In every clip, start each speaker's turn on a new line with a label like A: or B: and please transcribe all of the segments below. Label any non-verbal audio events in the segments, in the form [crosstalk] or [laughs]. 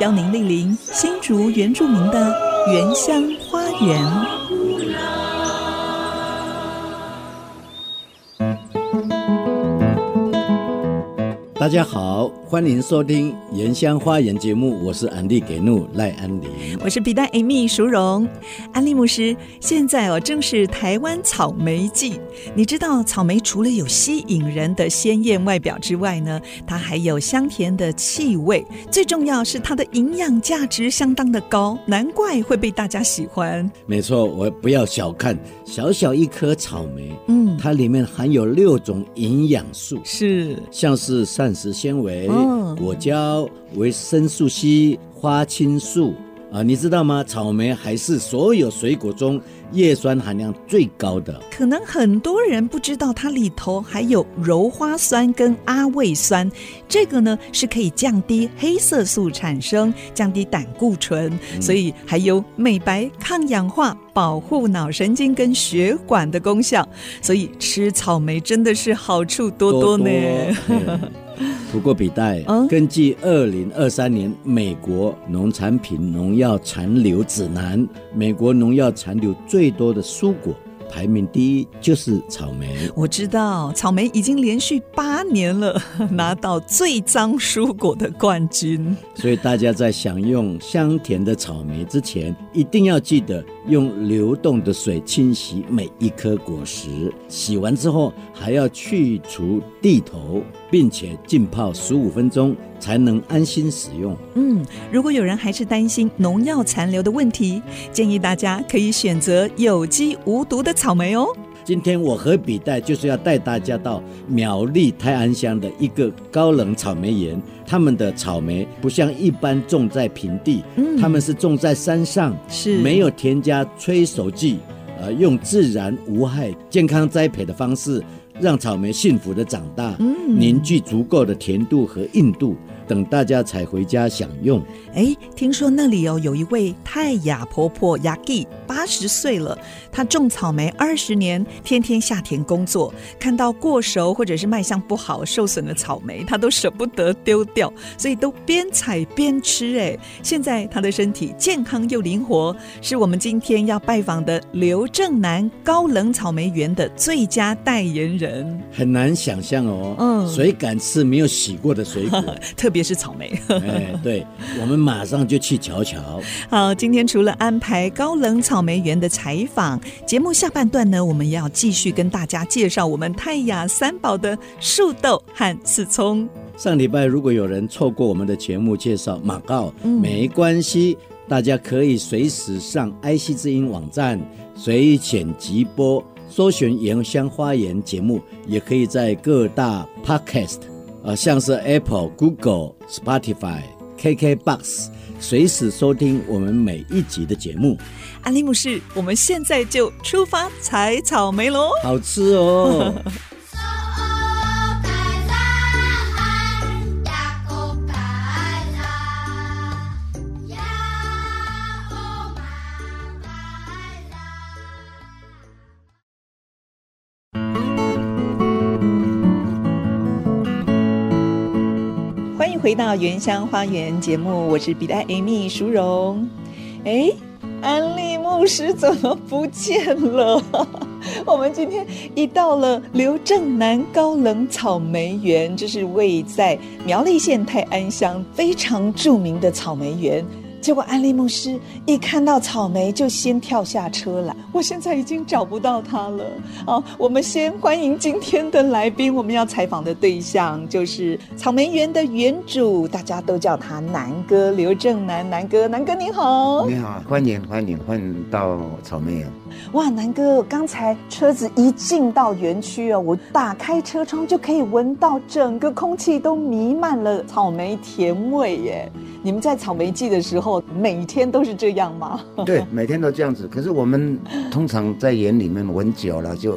A: 邀您莅临新竹原住民的原乡花园。
B: 大家好，欢迎收听《原乡花园》节目，我是安利给怒赖安林。
A: 我是皮蛋 Amy 淑荣，安利牧师。现在哦，正是台湾草莓季。你知道草莓除了有吸引人的鲜艳外表之外呢，它还有香甜的气味，最重要是它的营养价值相当的高，难怪会被大家喜欢。
B: 没错，我不要小看小小一颗草莓，
A: 嗯，
B: 它里面含有六种营养素，
A: 是
B: 像是膳食纤维、
A: 嗯
B: 果胶、维生素 C、花青素啊，你知道吗？草莓还是所有水果中叶酸含量最高的。
A: 可能很多人不知道，它里头还有鞣花酸跟阿魏酸，这个呢是可以降低黑色素产生，降低胆固醇，所以还有美白、抗氧化、保护脑神经跟血管的功效。所以吃草莓真的是好处多多呢。
B: 嗯不过，比代
A: [laughs] 嗯
B: 根据二零二三年美国农产品农药残留指南，美国农药残留最多的蔬果排名第一就是草
A: [laughs]
B: 莓。
A: [laughs] 我知道草莓已经连续八年了 [laughs] 拿到最脏蔬果的冠军。
B: 所以大家在享用香甜的草莓之前，一定要记得用流动的水清洗每一颗果实。洗完之后还要去除地头，并且浸泡十五分钟，才能安心使用。
A: 嗯，如果有人还是担心农药残留的问题，建议大家可以选择有机无毒的草莓哦。
B: 今天我和比代就是要带大家到苗栗泰安乡的一个高冷草莓园，他们的草莓不像一般种在平地，
A: 嗯
B: 他们是种在山上，
A: 是
B: 没有添加催熟剂，呃，用自然无害、健康栽培的方式，让草莓幸福的长大，
A: 嗯
B: 凝聚足够的甜度和硬度，等大家采回家享用。
A: 哎，听说那里哦有一位泰雅婆婆雅蒂，八十岁了，她种草莓二十年，天天下田工作，看到过熟或者是卖相不好、受损的草莓，她都舍不得丢掉，所以都边采边吃。哎，现在她的身体健康又灵活，是我们今天要拜访的刘正南高冷草莓园的最佳代言人，
B: 很难想象哦，
A: 嗯
B: 谁敢吃没有洗过的水
A: [laughs]
B: 果？
A: 特别是草莓。
B: [laughs] 哎，对，我们马上就去瞧瞧。
A: 好，今天除了安排高冷草莓园的采访，节目下半段呢，我们要继续跟大家介绍我们泰雅三宝的树豆和刺葱。
B: 上礼拜如果有人错过我们的节目介绍马告，
A: 嗯
B: 没关系，大家可以随时上 IC 之音网站随选即播，搜寻《原乡花园》节目，也可以在各大 Podcast，呃，像是 Apple、Google、Spotify、KKBox 随时收听我们每一集的节目，
A: 安利姆士，我们现在就出发采草莓喽！
B: 好吃哦。
A: 欢迎回到《原乡花园》节目，我是比黛 Amy 淑荣。哎，安利牧师怎么不见了？ [laughs] 我们今天一到了刘正南高冷草莓园，这是位在苗栗县泰安乡非常著名的草莓园。结果安利牧师一看到草莓就先跳下车来，我现在已经找不到他了。好，我们先欢迎今天的来宾，我们要采访的对象就是草莓园的园主，大家都叫他南哥刘正南，南哥，南哥您好。
C: 你好，欢迎欢迎欢迎到草
A: [laughs]
C: 莓园。
A: 哇，南哥，刚才车子一进到园区哦，我打开车窗就可以闻到整个空气都弥漫了草莓甜味耶。你们在草莓季的时候，每天都是这样吗？
C: 对，每天都这样子。可是我们通常在园里面闻久了就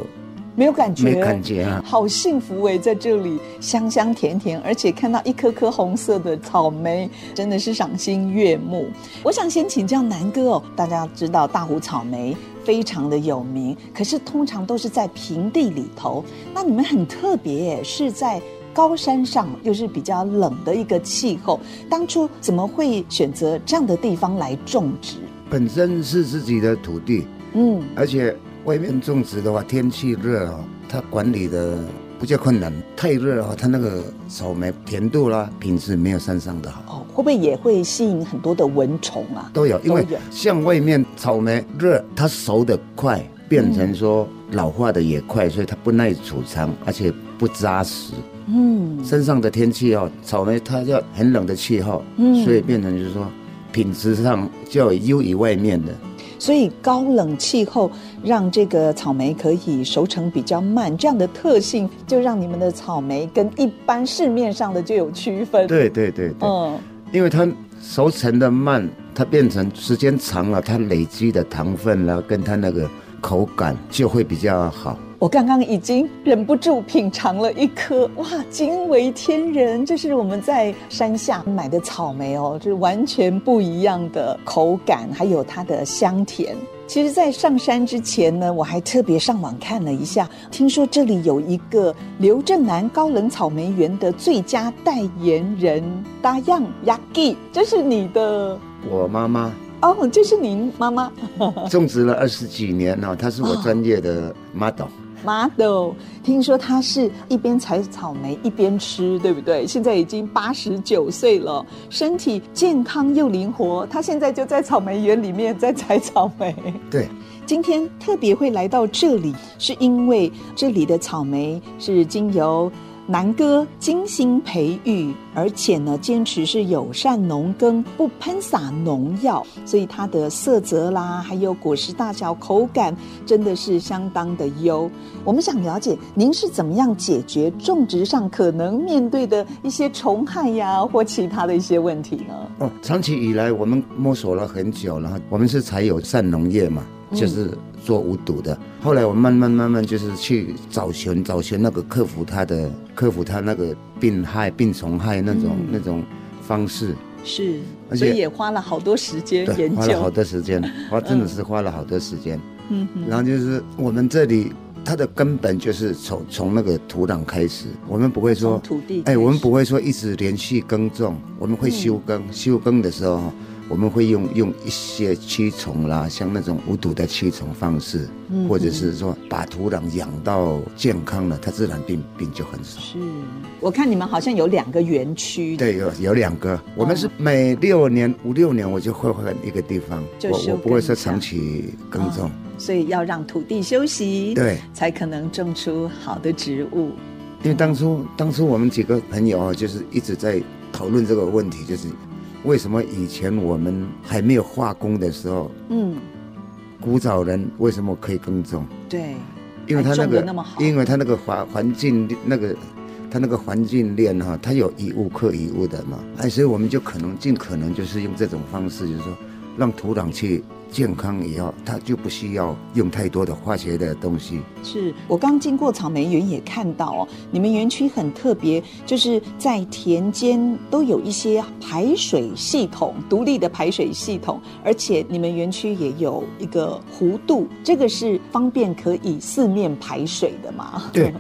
A: 没有感觉，
C: 没感觉啊。
A: 好幸福哎，在这里香香甜甜，而且看到一颗颗红色的草莓，真的是赏心悦目。我想先请教南哥哦，大家知道大湖草莓非常的有名，可是通常都是在平地里头。那你们很特别耶，是在高山上，又是比较冷的一个气候。当初怎么会选择这样的地方来种植？
C: 本身是自己的土地，
A: 嗯，
C: 而且外面种植的话，天气热哦，它管理的比较困难。太热哦，它那个草莓甜度啦、品质没有山上的好。
A: 哦，会不会也会吸引很多的蚊虫啊？
C: 都有，因为
A: 都有
C: 像外面草莓热，它熟得快，变
A: 嗯
C: 成说老化的也快，所以它不耐储藏，而且不扎实。
A: 嗯，
C: 身上的天气哦，草莓它要很冷的气候，
A: 嗯
C: 所以变成就是说品质上就优于外面的。
A: 所以高冷气候让这个草莓可以熟成比较慢，这样的特性就让你们的草莓跟一般市面上的就有区分。，
C: 对对对对，
A: 嗯，
C: 因为它熟成的慢，它变成时间长了，它累积的糖分啦、跟它那个口感就会比较好。
A: 我刚刚已经忍不住品尝了一颗，哇，惊为天人！这是我们在山下买的草莓哦，这是完全不一样的口感，还有它的香甜。其实，在上山之前呢，我还特别上网看了一下，听说这里有一个刘正南高冷草莓园的最佳代言人达样 Yagi，这是你的
C: 我妈妈
A: 哦，这是您妈妈
C: 种植了二十几年了、她是我
A: 哦
C: 专业的 model。
A: model，听说他是一边采草莓一边吃，对不对？现在已经八十九岁了，身体健康又灵活。他现在就在草莓园里面在采草莓。
C: 对，
A: 今天特别会来到这里，是因为这里的草莓是经由南哥精心培育，而且呢坚持是友善农耕，不喷洒农药，所以它的色泽啦，还有果实大小、口感，真的是相当的优。我们想了解您是怎么样解决种植上可能面对的一些虫害呀，或其他的一些问题呢？
C: 哦，长期以来我们摸索了很久了，我们是采友善农业嘛，
A: 嗯
C: 就是做无毒的。后来我慢慢慢慢就是去找寻找寻那个克服它的克服它那个病害病虫害那种、
A: 嗯
C: 那种方式，
A: 是，
C: 而
A: 所
C: 且
A: 以也花了好多时间
C: 对，
A: 研
C: 花了好
A: 究。
C: 多时间，
A: [laughs]
C: 花真的是花了好多时间。
A: 嗯哼
C: 然后就是我们这里它的根本就是从从那个土壤开始，我们不会说
A: 从土地开
C: 哎，
A: 始
C: 我们不会说一直连续耕种，我们会休耕。
A: 嗯
C: 休耕的时候哈，我们会用用一些驱虫啦，像那种无毒的驱虫方式，
A: 嗯
C: 或者是说把土壤养到健康了，它自然病病就很少。
A: 是，我看你们好像有两个园区，，
C: 对，有有两个，我们是每六年五六年我就会换一个地方，
A: 就休
C: 我我
A: 耕
C: 不会说
A: 一下嗯
C: 长期耕种。
A: 所以要让土地休息，，
C: 对，
A: 才可能种出好的植物。
C: 因为当初当初我们几个朋友啊，就是一直在讨论这个问题，就是为什么以前我们还没有化工的时候，
A: 嗯，
C: 古早人为什么可以耕种？
A: 对，
C: 因为他那
A: 还种得
C: 个，
A: 那么好
C: 因为他那个环环境那个，他那个环境链哈、它有一物克一物的嘛，哎，所以我们就可能尽可能就是用这种方式，就是说让土壤去健康以后，它就不需要用太多的化学的东西。
A: 是我刚经过草莓园也看到哦，你们园区很特别，就是在田间都有一些排水系统，独立的排水系统，而且你们园区也有一个弧度，这个是方便可以四面排水的嘛？
C: 对，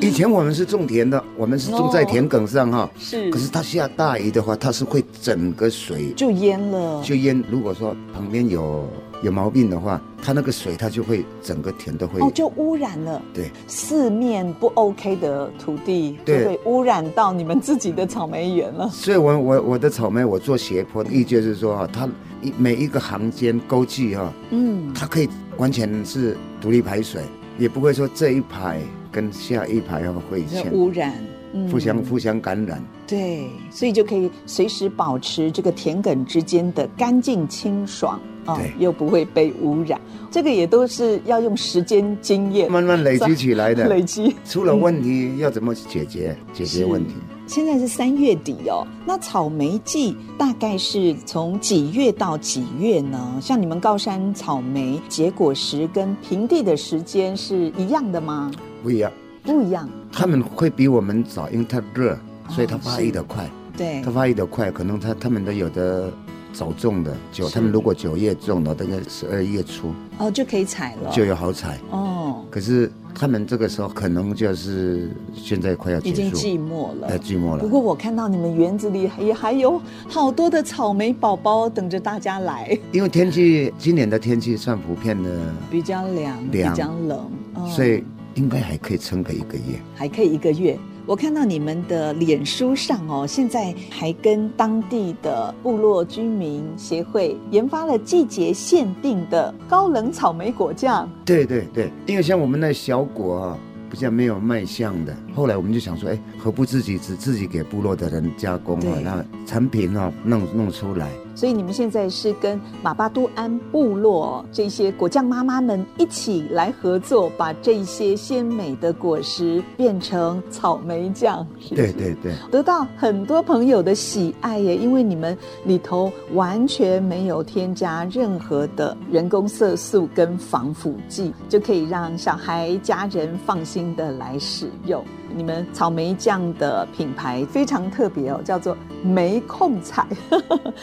C: 以前我们是种田的，我们是种在
A: 哦
C: 田埂上哈、
A: 是
C: 可是它下大雨的话，它是会整个水
A: 就淹了，
C: 就淹。如果说旁边有有毛病的话，它那个水它就会整个田都会。
A: 哦，就污染了。
C: 对，
A: 四面不 OK 的土地就
C: 对
A: 会污染到你们自己的草莓园了。
C: 所以我我我的草莓我做斜坡，意就是说啊，它一每一个行间沟距哈、
A: 嗯，
C: 它可以完全是独立排水，也不会说这一排跟下一排哦会
A: 这
C: 相
A: 污染，嗯
C: 互相互相感染。
A: 对，所以就可以随时保持这个田埂之间的干净清爽啊、
C: 对
A: 又不会被污染。这个也都是要用时间经验
C: 慢慢累积起来的。
A: [laughs] 累积。
C: 出了问题要怎么解决？解决
A: 是
C: 问题。
A: 现在是三月底哦，那草莓季大概是从几月到几月呢？像你们高山草莓结果时跟平地的时间是一样的吗？
C: 不一样。
A: 不一样，
C: 他们会比我们早，因为它热，所以它
A: 哦
C: 发
A: 是
C: 育的快。
A: 对
C: 它，发育的快，可能它他们都有的早种的九，
A: 是
C: 他们如果九月种的，大概十二月初
A: 哦就可以采了，
C: 就有好采。
A: 哦，
C: 可是他们这个时候可能就是现在快要
A: 已
C: 结
A: 经
C: 束，
A: 寂寞了。
C: 哎，寂寞
A: 不
C: 了。
A: 过我看到你们园子里也还有好多的草莓宝宝等着大家来，
C: 因为天气今年的天气算普遍的，
A: 比较凉，
C: 凉
A: [laughs] 比较冷，嗯
C: 所以应该还可以撑个一个月。
A: 还可以一个月。我看到你们的脸书上哦，现在还跟当地的部落居民协会研发了季节限定的高冷草莓果酱，
C: 对对对，因为像我们那小果啊，不像没有卖相的。后来我们就想说，哎，何不自己只自己给部落的人加工啊
A: 对，
C: 那产品啊弄弄
A: [laughs]
C: 出来。
A: 所以你们现在是跟马巴都安部落这些果酱妈妈们一起来合作，把这些鲜美的果实变成草莓酱，是不
C: 对
A: 是
C: 对对，
A: 得到很多朋友的喜爱耶，因为你们里头完全没有添加任何的人工色素跟防腐剂，就可以让小孩家人放心的来使用。你们草莓酱的品牌非常特别哦，叫做“梅控彩”，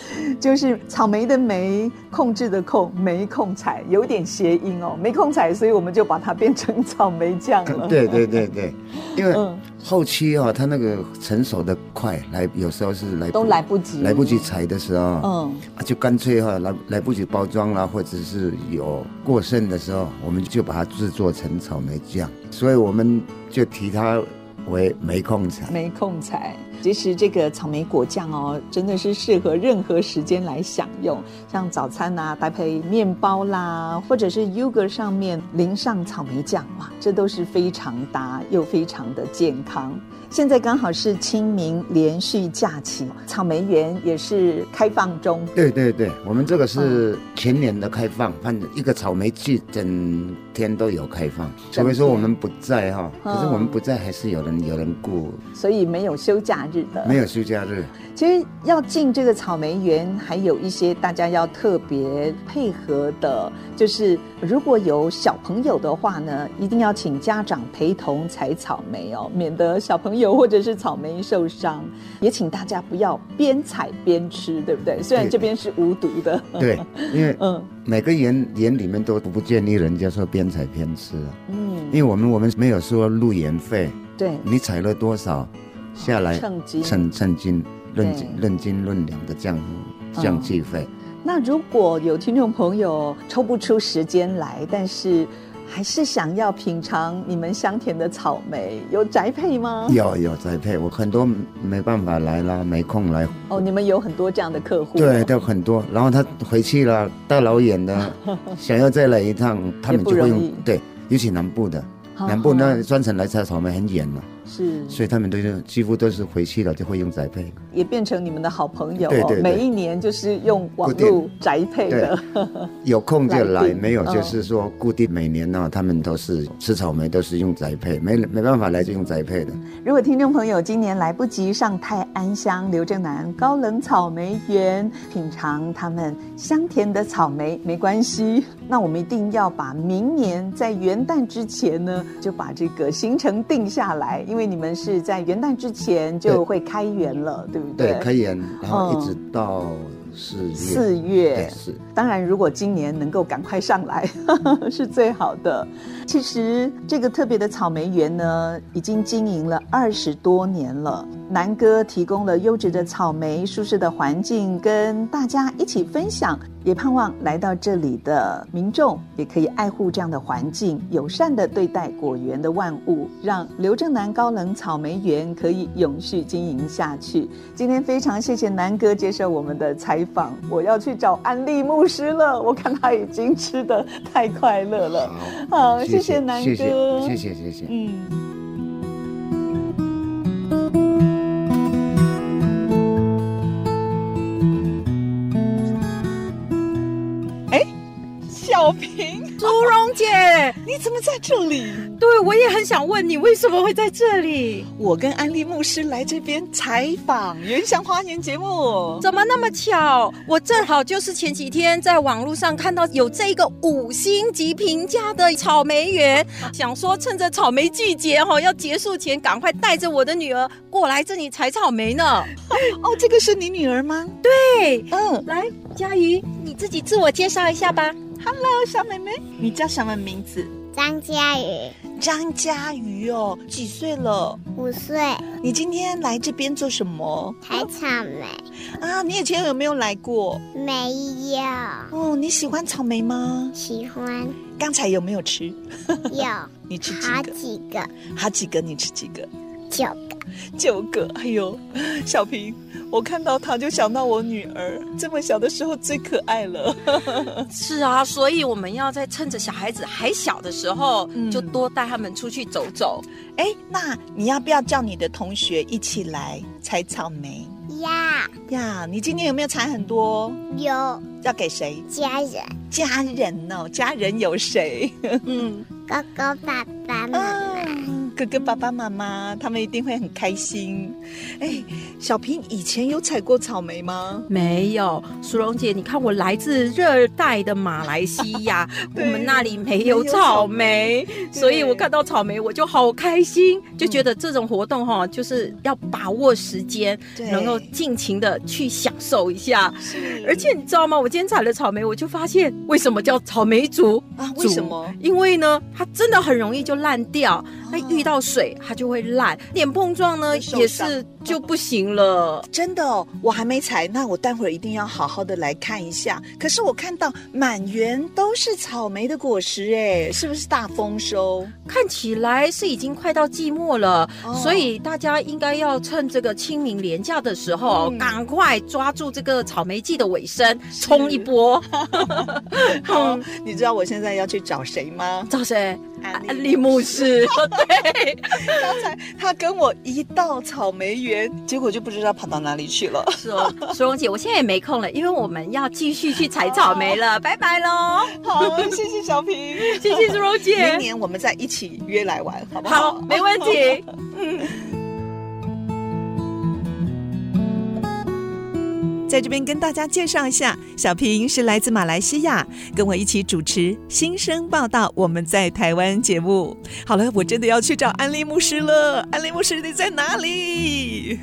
A: [laughs] 就是草莓的梅，控制的控，梅控彩，有点谐音哦，梅控彩，所以我们就把它变成草莓酱了。
C: 对对对对，因
A: [laughs]
C: 为
A: 嗯，
C: 后期啊，它那个成熟的快，来有时候是来不
A: 都来不及，
C: 来不及。采的时候，
A: 嗯，
C: 啊就干脆哈、来来不及包装啦，或者是有过剩的时候，我们就把它制作成草莓酱，所以我们就提它为梅控茶。
A: 没空采。其实这个草莓果酱哦，真的是适合任何时间来享用，像早餐啊，搭配面包啦，或者是 yogurt 上面淋上草莓酱，哇，这都是非常搭又非常的健康。现在刚好是清明连续假期，草莓园也是开放中。
C: 对对对，我们这个是全啊年的开放，反正一个草莓季整天哦都有开放，除非说我们不在哈、可是我们不在还是有人有人顾，
A: 所以没有休假日的，
C: 没有休假日。
A: 其实要进这个草莓园，还有一些大家要特别配合的，就是如果有小朋友的话呢，一定要请家长陪同采草莓哦，免得小朋友或者是草莓受伤。也请大家不要边采边吃，对不对？虽然
C: 对
A: 这边是无毒的，
C: 对，因为
A: [laughs] 嗯
C: 每个园园里面都不建议人家说边采边吃啊，
A: 嗯，
C: 因为我们我们没有说入园费，
A: 对，
C: 你采了多少下来
A: 称斤
C: 称称斤论
A: 对
C: 斤论斤论两的降
A: 嗯
C: 降计费，
A: 那如果有听众朋友抽不出时间来，但是还是想要品尝你们香甜的草莓，有宅配吗？
C: 有有栽培，我很多没办法来啦，没空来，
A: 哦，你们有很多这样的客户、哦
C: 对，，都很多。然后他回去了，大老
A: [laughs]
C: 远的，想要再来一趟，他们就会
A: 也不容易哦
C: 用对，尤其南部的，南部那专程来采草莓很远嘛，
A: 是，
C: 所以他们都是几乎都是回去了就会用宅配。
A: 也变成你们的好朋友、哦，
C: 对对对
A: 每一年就是用网络
C: 固
A: 宅配的，
C: 有空就
A: 来
C: 来，
A: 定
C: 没有
A: 嗯
C: 就是说固定每年呢、他们都是吃草莓都是用宅配，没没办法来就用宅配的。
A: [laughs] 如果听众朋友今年来不及上泰安乡刘正南高冷草莓园品尝他们香甜的草莓，没关系，那我们一定要把明年在元旦之前呢，就把这个行程定下来，因为你们是在元旦之前就会开园了，对不对？
C: 对，开园，然后
A: 嗯
C: 一直到四月。
A: 四月
C: 对是。
A: 当然，如果今年能够赶快上来 [laughs] 是最好的。其实这个特别的草莓园呢，已经经营了二十多年了。南哥提供了优质的草莓、舒适的环境，跟大家一起分享，也盼望来到这里的民众也可以爱护这样的环境，友善的对待果园的万物，让刘正南高冷草莓园可以永续经营下去。今天非常谢谢南哥接受我们的采访，我要去找安利牧师了，我看他已经吃的太快乐了。好，谢谢南
C: 谢谢
A: 哥，
C: 谢谢谢谢。
A: 嗯。哎，小平，
D: 芙蓉姐，
A: 你怎么在这里？
D: 对我也 [laughs] 很想问你，为什么会在这里？
A: 我跟安利牧师来这边采访《原乡花园》节目，
D: 怎么那么巧？我正好就是前几天在网络上看到有这个五星级评价的草莓园，想说趁着草莓季节哈、哦、要结束前，赶快带着我的女儿过来这里采草莓呢。
A: 哦，这个是你女儿吗？
D: 对，
A: 嗯，
D: 来，佳怡，你自己自我介绍一下吧。
A: Hello，小妹妹，你叫什么名字？
E: 张佳宇，
A: 张佳瑜哦，几岁了？
E: 五岁，
A: 你今天来这边做什么
E: 采草莓，
A: 啊？你以前有没有来过？
E: 没有
A: 哦，你喜欢草莓吗？
E: 喜欢，
A: 刚才有没有吃？
E: 有
A: [laughs] 你吃几
E: 好
A: 个？
E: 几个，
A: 好几个？你吃几个？
E: 九个，
A: 九个。哎呦，小平，我看到她就想到我女儿，这么小的时候最可爱了。
D: 是啊，所以我们要在趁着小孩子还小的时候，
A: 嗯
D: 就多带他们出去走走。
A: 哎，那你要不要叫你的同学一起来采草莓
E: 呀，
A: 呀？你今天有没有采很多？
E: 有
A: 要给谁？
E: 家人，
A: 家人哦，家人有谁？
D: 嗯，
E: 哥哥、爸爸、妈妈，
A: 啊， [laughs] 哥哥、爸爸妈妈他们一定会很开心。哎，小平以前有采过草莓吗？，
D: 没有，淑蓉姐，你看我来自热带的马来西亚
A: [laughs]
D: 我
A: 对
D: 们那里没有草莓，所以我看到草莓我就好开心，就觉得这种活动哈、就是要把握时间，
A: 对
D: 能够尽情的去享受一下。
A: 是
D: 而且你知道吗？我今天采了草莓，我就发现为什么叫草莓族
A: 啊，
D: 族
A: 为什么？啊
D: 因为呢，它真的很容易就烂掉，
A: 哦哎
D: 那遇到水它就会烂，点碰撞呢
A: 会受
D: 也
A: 伤
D: 是就不行了。
A: 真的哦，我还没采，那我待会儿一定要好好的来看一下。可是我看到满园都是草莓的果实，哎，是不是大丰收？
D: 看起来是已经快到季末了，
A: 哦
D: 所以大家应该要趁这个清明廉假的时候，
A: 嗯
D: 赶快抓住这个草莓季的尾声，冲一波。
A: 好， [laughs] 你知道我现在要去找谁吗？啊
D: 找谁？
A: 安
D: 利
A: [laughs]
D: 牧师。对，
A: 刚才他跟我一到草莓园，结果就不知道跑到哪里去了。 [laughs]
D: 说苏荣姐，我现在也没空了，因为我们要继续去采草莓了，拜拜喽！
A: 好，谢谢小平，
D: 谢谢苏荣
A: 明
D: 姐。
A: 年我们再一起约来玩，好不好？哦
D: 好，没问题。
A: 在这边跟大家介绍一下，小平是来自马来西亚，跟我一起主持《新生报道》我们在台湾节目。好了，我真的要去找安利牧师了，安利牧师你在哪里？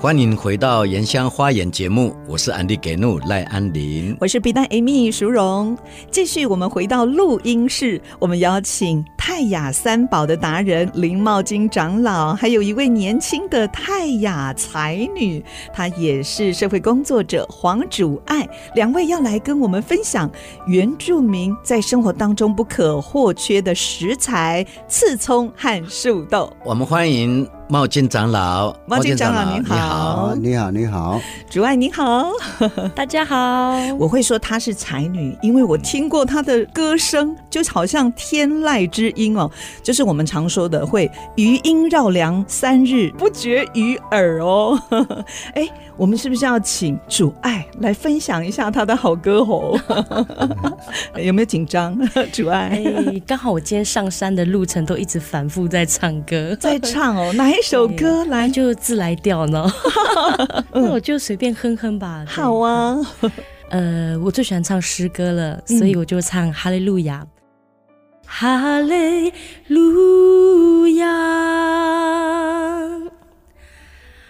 F: 欢迎回到《原乡花园》节目，我是安迪给怒赖安林。
A: 我是 B 站 Amy 淑荣，继续我们回到录音室，我们邀请泰雅三宝的达人林茂金长老，还有一位年轻的泰雅才女，她也是社会工作者黄主爱，两位要来跟我们分享原住民在生活当中不可或缺的食材——刺葱和树豆。
F: 我们欢迎茂金长老，
A: 茂金长老您
F: 你好，
A: 好
G: 啊，你好，你好，
A: 主爱你好，
H: [laughs] 大家好，
A: 我会说她是才女，因为我听过她的歌声，就好像天籁之音哦，就是我们常说的会余音绕梁三日不绝于耳哦。 [laughs] 哎，我们是不是要请主爱来分享一下她的好歌喉？ [laughs] 有没有紧张？ [laughs] 主
H: 哎
A: 爱，
H: 刚好我今天上山的路程都一直反复在唱歌，
A: 在唱哦，哪一首歌来？
H: 哎就自来调
A: [laughs]
H: 呢，那我就随便哼哼吧。对
A: 好，啊，
H: 呃，我最喜欢唱诗歌了，所以我就唱哈利路亚，哈利路亚，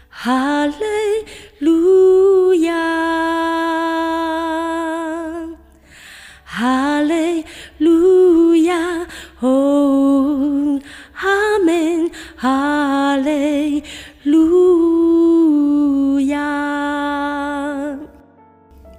H: 哈利路亚。哈利路亚，哦，阿门，哈利路亚。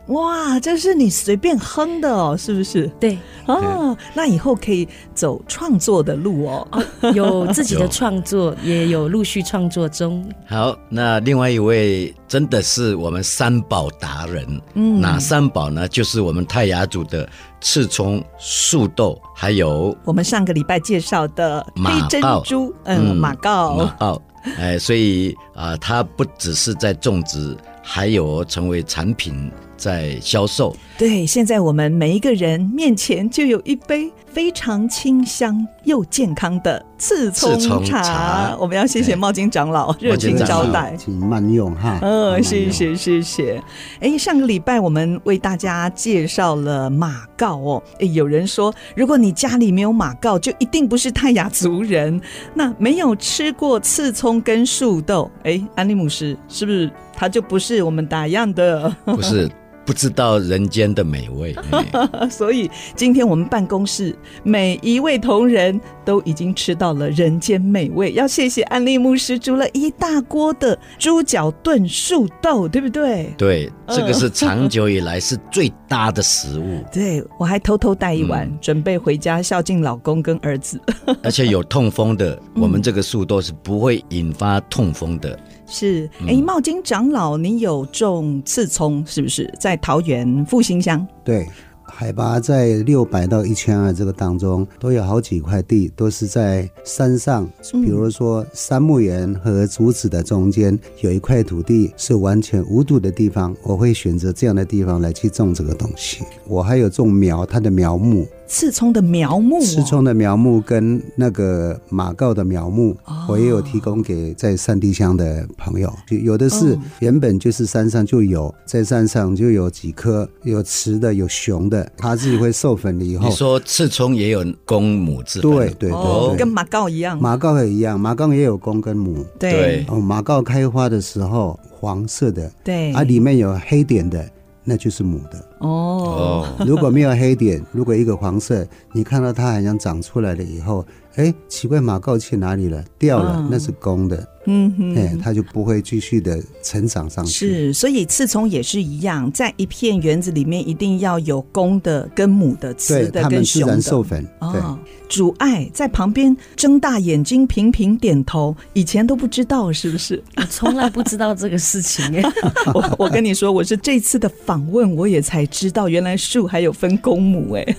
A: 哇，这是你随便哼的哦，是不是？
I: 对，
A: 哦，那以后可以走创作的路哦。
I: 有自己的
B: 有
I: 创作，也有陆续创作中。
H: 嗯
B: 好，那另外一位真的是我们三宝达人，
A: 嗯
B: 哪三宝呢？就是我们泰雅族的赤葱、树豆，还有
A: 我们上个礼拜介绍的黑
B: 马
A: 珍
B: 告
A: 珠，嗯，马
B: 马
A: 告，
B: 告，哎，所以啊、呃它不只是在种植，还有成为产品在
A: [laughs]
B: 销售。
A: 对，现在我们每一个人面前就有一杯非常清香又健康的刺葱
B: 刺葱
A: 茶，
B: 茶
A: 我们要谢谢
B: 哎
A: 茂金长老热
B: 茂金
A: 情
B: 长
A: 招
B: 老
A: 待。
H: 请慢
J: [laughs]
H: 用哈。
A: 嗯，
H: 慢
A: 谢
H: 用。
A: 谢谢谢。哎，上个礼拜我们为大家介绍了马告哦。哎，有人说，如果你家里没有马告，就一定不是泰雅族人。那没有吃过刺葱跟树豆，哎，安利姆斯是不是他就不是我们打样的？ [laughs]
B: 不是不知道人间的美味。哎
A: 所以今天我们办公室每一位同仁都已经吃到了人间美味，要谢谢安利牧师煮了一大锅的猪脚炖树豆，对不对？
B: 对，这个是长久以来是最搭的食物，
A: 对，我还偷偷带一碗，
B: 嗯
A: 准备回家孝敬老公跟儿子。
B: [laughs]
A: [laughs]
B: 而且有痛风的，我们这个树豆是不会引发痛风的。
A: 是，哎、
H: 嗯
A: 茂金长老，你有种刺葱是不是？在桃园复兴乡，
H: 对，海拔在六百到一千二这个当中，都有好几块地都是在山上，
A: 嗯
H: 比如说杉木园和竹子的中间有一块土地是完全无土的地方，我会选择这样的地方来去种这个东西。我还有种苗，它的苗木，
A: 刺葱的苗
I: 啊
A: 木、哦，
H: 刺葱的苗木跟那个马告的苗木，
I: 哦
H: 我也有提供给在山地乡的朋友。就有的是
A: 哦
H: 原本就是山上就有，在山上就有几棵，有雌的，有雄的，它自己会授粉了以后
B: 你，说刺葱也有公母之分，
H: 对对
A: 哦，
H: 对
A: 跟
H: 对，
A: 马告一样，
H: 马告也一样，马告也有公跟母。
A: 对
B: 对
H: 哦，马告开花的时候黄色的，
A: 对，
H: 啊，里面有黑点的，那就是母的。
A: 哦，
B: 哦，
H: 如果没有黑点，如果一个黄色，你看到它好像长出来了以后，哎，奇怪，马告去哪里了？掉了，
A: 嗯
H: 那是公的，
A: 嗯哼。
H: 哎，它就不会继续的成长上去。
A: 是，所以刺葱也是一样，在一片园子里面一定要有公的跟母的，雌
H: 对，
A: 的
H: 它
A: 跟
H: 们自
A: 雄
H: 然
A: 的。
H: 授粉。对，
A: 哦，阻碍在旁边睁大眼睛频频点头，以前都不知道是不是？
I: 我 [laughs] 从来不知道这个事情，
A: [laughs]
I: 哎
A: 我我跟你说，我是这次的访问，我也才知道原来树还有分公母哎，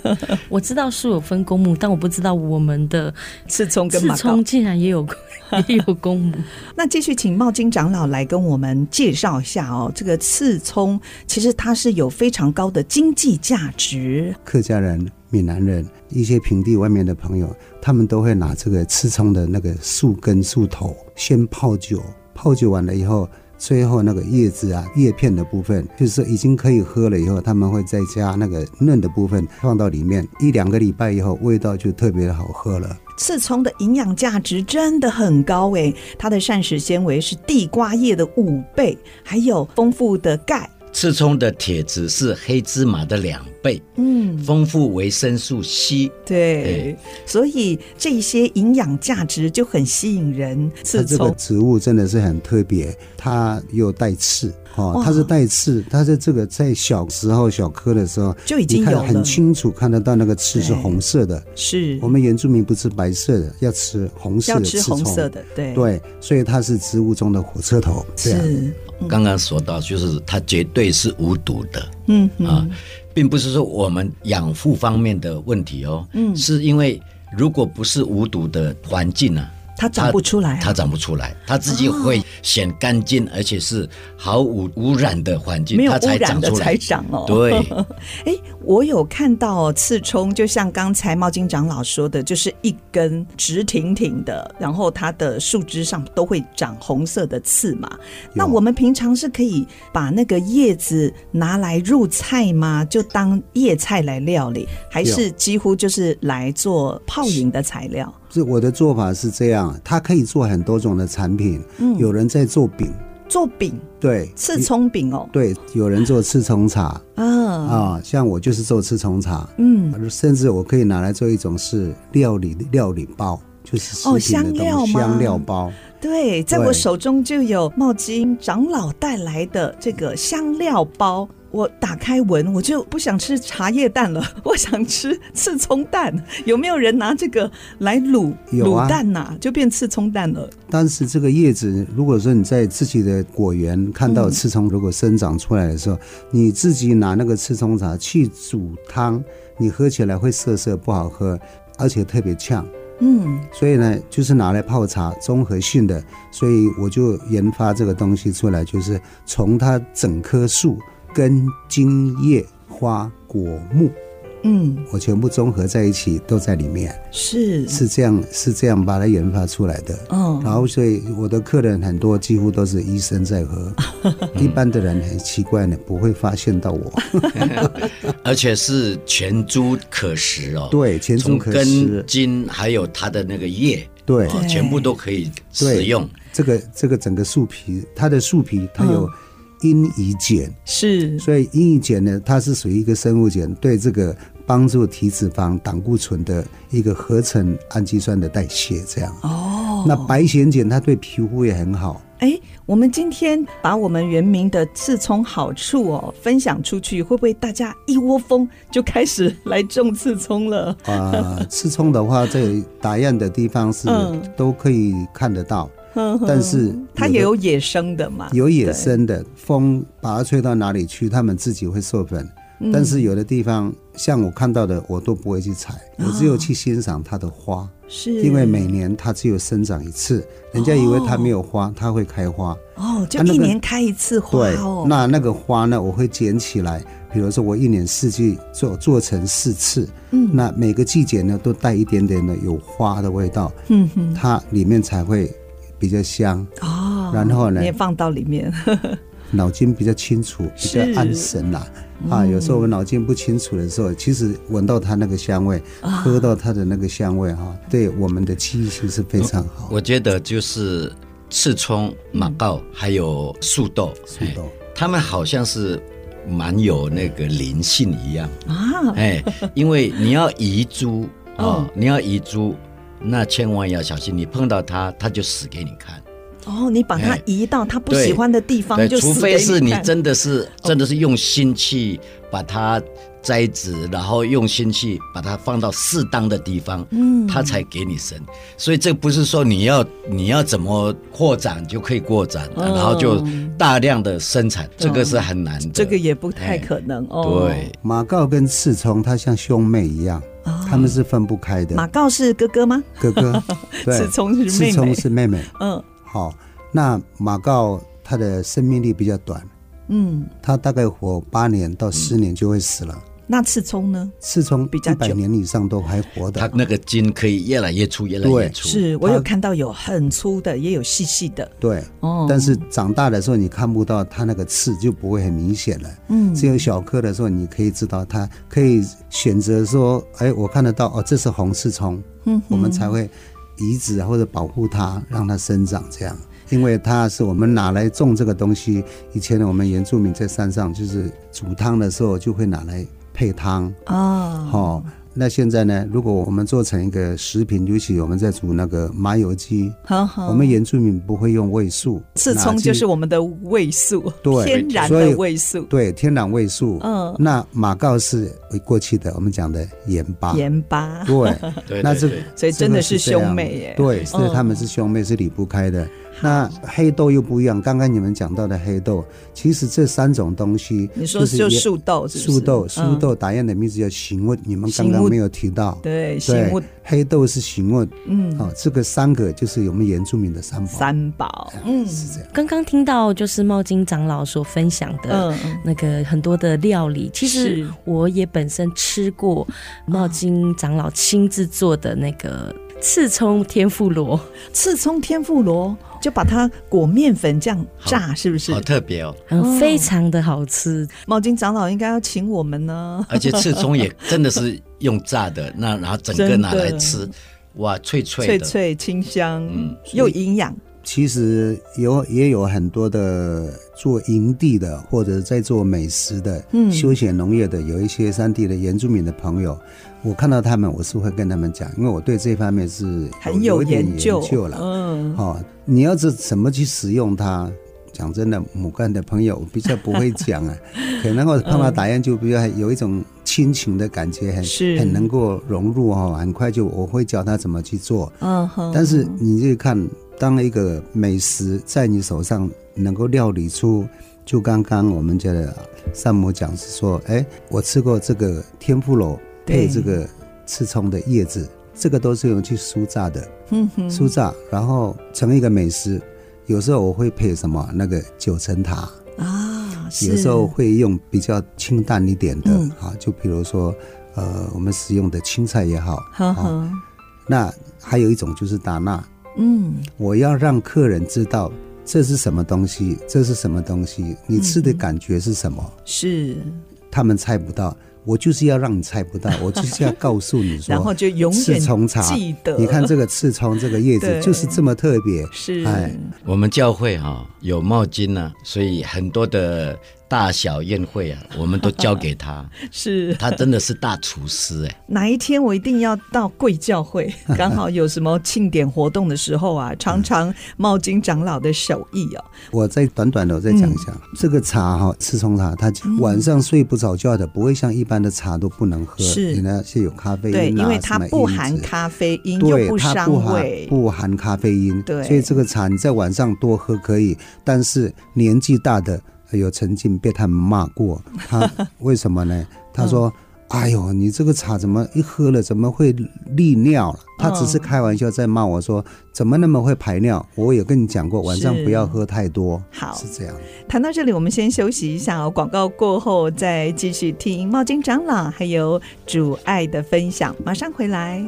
I: 我知道是有分公母，但我不知道我们的
A: 刺葱跟
I: 刺
A: 马告
I: 葱。竟然也有
A: [laughs]
I: 也有公母。
A: 那继续请茂金长老来跟我们介绍一下哦，这个刺葱其实它是有非常高的经济价值。
H: 客家人、闽南人，一些平地外面的朋友，他们都会拿这个刺葱的那个树根、树头先泡酒，泡酒完了以后。最后那个叶子啊，叶片的部分，就是说已经可以喝了以后，他们会再加那个嫩的部分放到里面，一两个礼拜以后，味道就特别好喝了。
A: 刺葱的营养价值真的很高诶，它的膳食纤维是地瓜叶的五倍，还有丰富的钙。
B: 刺葱的铁质是黑芝麻的两倍，
A: 嗯，
B: 丰富维生素 C。
A: 对，所以这些营养价值就很吸引人。
H: 它
A: 刺
H: 这个
A: 葱，
H: 植物真的是很特别，它有带刺哦
A: 哇，
H: 它是带刺，它在这个在小时候小颗的时候
A: 就已经
H: 你看
A: 有了
H: 很清楚看得到那个刺是
A: 对
H: 红色的。
A: 是
H: 我们原住民不吃白色的，要吃红色
A: 要
H: 的
A: 吃
H: 刺
A: 红
H: 葱。
A: 色的，对，
H: 对，所以它是植物中的火车头。啊这样
A: 是，
B: 刚刚说到，就是它绝对是无毒的。
A: 嗯
B: 啊
A: 嗯，，
B: 并不是说我们养护方面的问题哦，嗯，是因为如果不是无毒的环境啊，
A: 它长不出来啊
B: 它长不出来，它自己
A: 哦
B: 会显干净，而且是毫无污染的环境，
A: 没有
B: 它
A: 污
B: 才
A: 染
B: 长
A: 的
B: 出来。
A: 才长哦。
B: 对，
A: 哎，我有看到刺葱，就像刚才茂金长老说的，就是一根直挺挺的，然后它的树枝上都会长红色的刺嘛。那我们平常是可以把那个叶子拿来入菜吗？就当叶菜来料理，还是几乎就是来做泡饮的材料？
H: 这我的做法是这样，它可以做很多种的产品。嗯，有人在做饼，
A: 做饼，
H: 对，
A: 刺葱饼哦。
H: 对，有人做刺葱茶
A: 啊，
H: 啊，像我就是做刺葱茶。
A: 嗯，
H: 甚至我可以拿来做一种是料理料理包，就是食
A: 哦
H: 品的
A: 香料
H: 东西，
A: 吗
H: 香料包。
A: 对，在
H: 对
A: 我手中就有茂金长老带来的这个香料包，我打开闻，我就不想吃茶叶蛋了， [laughs] 我想吃刺葱蛋。有没有人拿这个来卤、
H: 有啊
A: 卤蛋呐、就变刺葱蛋了。
H: 但是这个叶子，如果说你在自己的果园看到
A: 嗯
H: 刺葱，如果生长出来的时候，你自己拿那个刺葱茶去煮汤，你喝起来会涩涩不好喝，而且特别呛。
A: 嗯，
H: 所以呢，就是拿来泡茶，综合性的。所以我就研发这个东西出来，就是从它整棵树根、茎、叶、花、果、木，
A: 嗯，
H: 我全部综合在一起都在里面，
A: 是，
H: 是这样，是这样把它研发出来的。
A: 嗯，
H: 然后，所以我的客人很多，几乎都是医生在喝，
A: [laughs]
H: 一般的人很奇怪呢，不会发现到我。
B: [laughs] 而且是全株可食哦。
H: 对全株可食
B: 从根茎还有它的那个叶，
H: 对
B: 哦全部都可以
H: 对
B: 食用。
H: 这个这个整个树皮，它的树皮它有
A: 嗯
H: 阴乙碱，
A: 是，
H: 所以阴乙碱呢，它是属于一个生物碱，对这个帮助体脂肪、胆固醇的一个合成氨基酸的代谢，这样。
A: 哦，
H: 那白藓碱它对皮肤也很好，
A: 哎，我们今天把我们原名的刺葱好处哦分享出去，会不会大家一窝蜂就开始来种刺葱了？
H: 啊，刺葱的话，在打样的地方是
A: 嗯
H: 都可以看得到，但是
A: 它
H: 的
A: 也有野生的嘛，
H: 有野生的，风把它吹到哪里去，它们自己会授粉。
A: 嗯
H: 但是有的地方，像我看到的，我都不会去采，我只有去欣赏它的花，
A: 啊是
H: 因为每年它只有生长一次，人家以为它没有花，它会开花。
A: 哦，就
H: 它那
A: 一
H: 个
A: 年开一次花
H: 对
A: 哦，，
H: 那那个花呢，我会捡起来，比如说我一年四季做做成四次，嗯，那每个季节呢都带一点点的有花的味道，
A: 嗯哼，
H: 它里面才会比较香，
A: [laughs] 哦，
H: 然后呢
A: 你也放到里面，
H: [laughs] 脑筋比较清楚，比较
A: 是嗯
H: 安神啦。啊，有时候我脑筋不清楚的时候，其实闻到它那个香味，
A: 啊
H: 喝到它的那个香味哈、对我们的记忆性是非常好。
B: 我觉得就是刺葱、马告
A: 嗯
B: 还有树豆，
H: 树豆
B: 哎，它们好像是蛮有那个灵性一样。
A: 啊，
B: 哎，因为你要移株哦
A: [laughs] 嗯，
B: 你要移株，那千万要小心，你碰到它，它就死给你看。
A: 哦，你把它
B: 哎
A: 移到它不
B: 对
A: 喜欢的地方
B: 对，，
A: 就
B: 除
A: 死
B: 非
A: 给
B: 是你
A: 看
B: 真的是真的是用心去把它栽植，然后用心去把它放到适当的地方，嗯，它才给你生。所以这不是说你要你要怎么扩展就可以扩展，
A: 嗯
B: 然后就大量的生产，这个是很难的。
A: 哦这个也不太
B: 哎
A: 可能哦，
B: 对，
H: 马告跟刺葱，它像兄妹一样，它们是分不开的。
A: 马啊告是哥哥吗？[laughs]
H: 哥哥，对，
A: 刺葱是妹妹
H: 刺葱是妹妹。
A: 嗯
H: 好，那马告它的生命力比较短，
A: 嗯，
H: 它大概活八年到十年就会死了。
A: 那刺葱呢？
H: 刺葱
A: 比较
H: 一
A: 久
H: 百年以上都还活
B: 它
H: 的。
B: 那个筋可以越来越粗，越来越
H: 对
B: 粗。
A: 是我有看到有很粗的，也有细细的，
H: 对，
A: 哦
H: 但是长大的时候你看不到它那个刺就不会很明显了。
A: 嗯
H: 只有小颗的时候你可以知道它，可以选择说，哎，我看得到哦，这是红刺葱，嗯，我们才会移植或者保护它，让它生长这样。因为它是我们拿来种这个东西，以前我们原住民在山上就是煮汤的时候就会拿来配汤，
A: 啊，
H: 哦，那现在呢，如果我们做成一个食品，尤其我们在煮那个麻油鸡，
A: 好好，
H: 我们原住民不会用味素，
A: 刺
H: 拿
A: 葱
H: 去
A: 就是我们的味素，
H: 对
A: [laughs] 天然
H: 所以
A: 的味素，
H: 对天然味素。
A: 嗯
H: 那马告是过去的我们讲的盐巴，
A: 盐巴，
H: 对，
A: [laughs]
B: 对
H: 那
B: 对
H: 这
B: 对
A: 所以真的是兄妹耶
H: 这个是这样对，
A: 嗯
H: 是他们是兄妹，是离不开的。那黑豆又不一样，刚刚你们讲到的黑豆，其实这三种东西，
A: 你说就
H: 也
A: 树豆是不是
H: 树豆，
A: 嗯
H: 树豆打样的名字叫行问，你们刚
A: 行
H: 刚
A: 问
H: 没有提到，
A: 对，醒
H: 对
A: 目，
H: 黑豆是行问，
A: 嗯，
H: 哦，这个三个就是我们原住民的三宝，
A: 三宝，
H: 嗯是这样。
K: 刚刚听到就是茂金长老所分享的
A: 嗯嗯
K: 那个很多的料理，其实
A: 是
K: 我也本身吃过茂金长老亲自做的那个刺葱天妇罗，
A: 刺葱天妇罗就把它裹面粉这样炸，是不是
B: 好？特别哦。
K: 嗯，非常的好吃。
A: 毛巾长老应该要请我们呢，
B: 而且刺葱也真的是用炸的，那 [laughs] 然后整个拿来
A: 真
B: 吃，哇，脆脆
A: 脆
B: 的，
A: 脆清香
B: 嗯，
A: 又营养，
H: 其实有也有很多的做营地的，或者在做美食的、
A: 嗯
H: 休闲农业的，有一些山地的原住民的朋友，我看到他们，我是会跟他们讲，因为我对这方面是
A: 很
H: 有
A: 有
H: 一点
A: 究
H: 研，了。
A: 嗯，
H: 哦，你要是怎么去使用它？讲真的，母干的朋友我比较不会讲啊，可能我
K: 嗯
H: 碰到达燕就比较有一种亲情的感觉，很
A: 是
H: 很能够融入哈，很快就我会教他怎么去做。
A: 嗯哼，
H: 但是你就
A: 哦
H: 看，当一个美食在你手上能够料理出，就刚刚我们家的善母讲是说，哎，我吃过这个天妇罗
A: 对
H: 配这个刺葱的叶子，这个都是用去酥炸的，
A: 嗯哼，
H: 酥炸，然后成一个美食。有时候我会配什么那个九层塔，
A: 啊，是
H: 有时候会用比较清淡一点的、
A: 嗯
H: 啊，就比如说，呃，我们使用的青菜也好，
A: 呵
H: 啊
A: 呵，
H: 那还有一种就是打蜡，
A: 嗯，
H: 我要让客人知道这是什么东西，这是什么东西，你吃
A: 嗯
H: 的感觉是什么，
A: 是，
H: 他们猜不到。我就是要让你
A: [laughs]
H: 猜不到，我就是要告诉你说，
A: 然后就永
H: 刺
A: 远
H: 葱茶
A: 记得
H: 你看这个刺葱这个叶
A: 对
H: 子就是这么特别，
A: [laughs] 是，
H: 哎
B: 我们教会哈、有毛巾呢、所以很多的大小宴会啊，我们都交给他。 [laughs]
A: 是，
B: 他真的是大厨师哎、
A: 哪一天我一定要到贵教
H: [laughs]
A: 会，刚好有什么庆典活动的时候啊，
H: 嗯
A: 尝尝茂金长老的手艺哦。
H: 我再短短的我再讲一下、这个茶哈，刺葱茶，它
A: 嗯
H: 晚上睡不着觉的，不会像一般的茶都不能喝，
A: 是
H: 你呢是有咖啡因、啊，
A: 对，因为它
H: 什么
A: 不
H: 因
A: 含
H: 子
A: 咖啡因，
H: 对，
A: 又不
H: 它
A: 伤
H: 不含
A: 胃，
H: 不含咖啡因，
A: 对
H: 所以这个茶你在晚上多喝可以，但是年纪大的呃有曾经被他们骂过，他为什么呢？他
A: 嗯
H: 说。哎呦，你这个茶怎么一喝了怎么会利尿了？他只是开玩笑在骂我说，怎么那么会排尿？我有跟你讲过，晚上
A: 是
H: 不要喝太多，
A: 嗯好
H: 是这样。
A: 谈到这里，我们先休息一下哦。广告过后再继续听茂金长老还有主爱的分享，马上回来。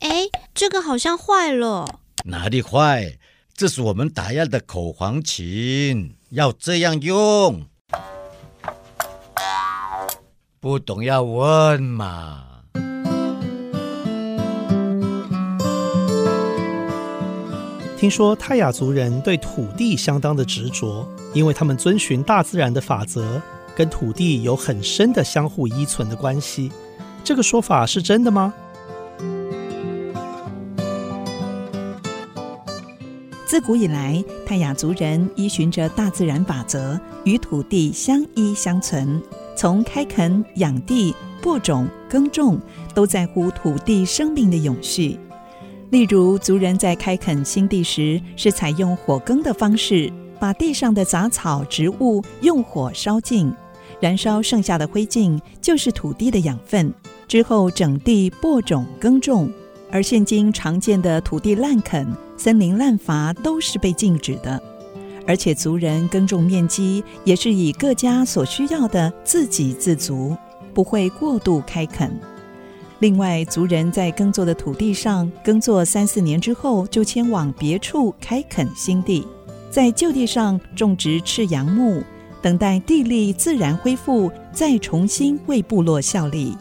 E: 哎，这个好像坏了。
B: 哪里坏？这是我们打样的口簧琴，要这样用。不懂要问嘛。
J: 听说泰雅族人对土地相当的执着，因为他们遵循大自然的法则，跟土地有很深的相互依存的关系。这个说法是真的吗？
A: 自古以来，泰雅族人依循着大自然法则，与土地相依相存，从开垦、养地、播种、耕种，都在乎土地生命的永续。例如，族人在开垦新地时，是采用火耕的方式，把地上的杂草、植物用火烧尽，燃烧剩下的灰烬就是土地的养分，之后整地播种耕种，而现今常见的土地滥垦、森林滥伐都是被禁止的，而且族人耕种面积也是以各家所需要的自给自足，不会过度开垦。另外，族人在耕作的土地上耕作三四年之后，就迁往别处开垦新地，在旧地上种植赤杨木，等待地力自然恢复，再重新为部落效力。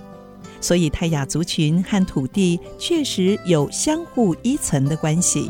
A: 所以泰雅族群和土地确实有相互依存的关系。